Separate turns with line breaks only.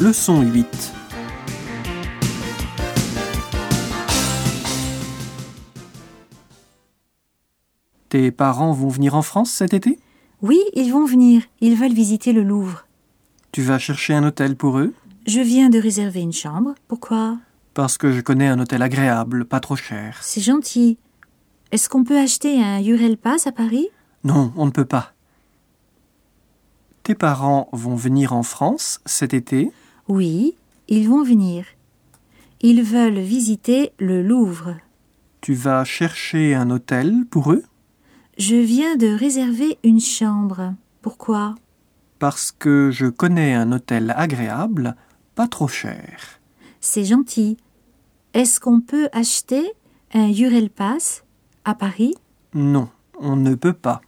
Leçon 8. Tes parents vont venir en France cet été
Oui, ils vont venir. Ils veulent visiter le Louvre.
Tu vas chercher un hôtel pour eux
Je viens de réserver une chambre. Pourquoi
Parce que je connais un hôtel agréable, pas trop cher.
C'est gentil. Est-ce qu'on peut acheter un Urel Pass à Paris
Non, on ne peut pas. Tes parents vont venir en France cet été
Oui, ils vont venir. Ils veulent visiter le Louvre.
Tu vas chercher un hôtel pour eux
Je viens de réserver une chambre. Pourquoi
Parce que je connais un hôtel agréable, pas trop cher.
C'est gentil. Est-ce qu'on peut acheter un Urel Pass à Paris
Non, on ne peut pas.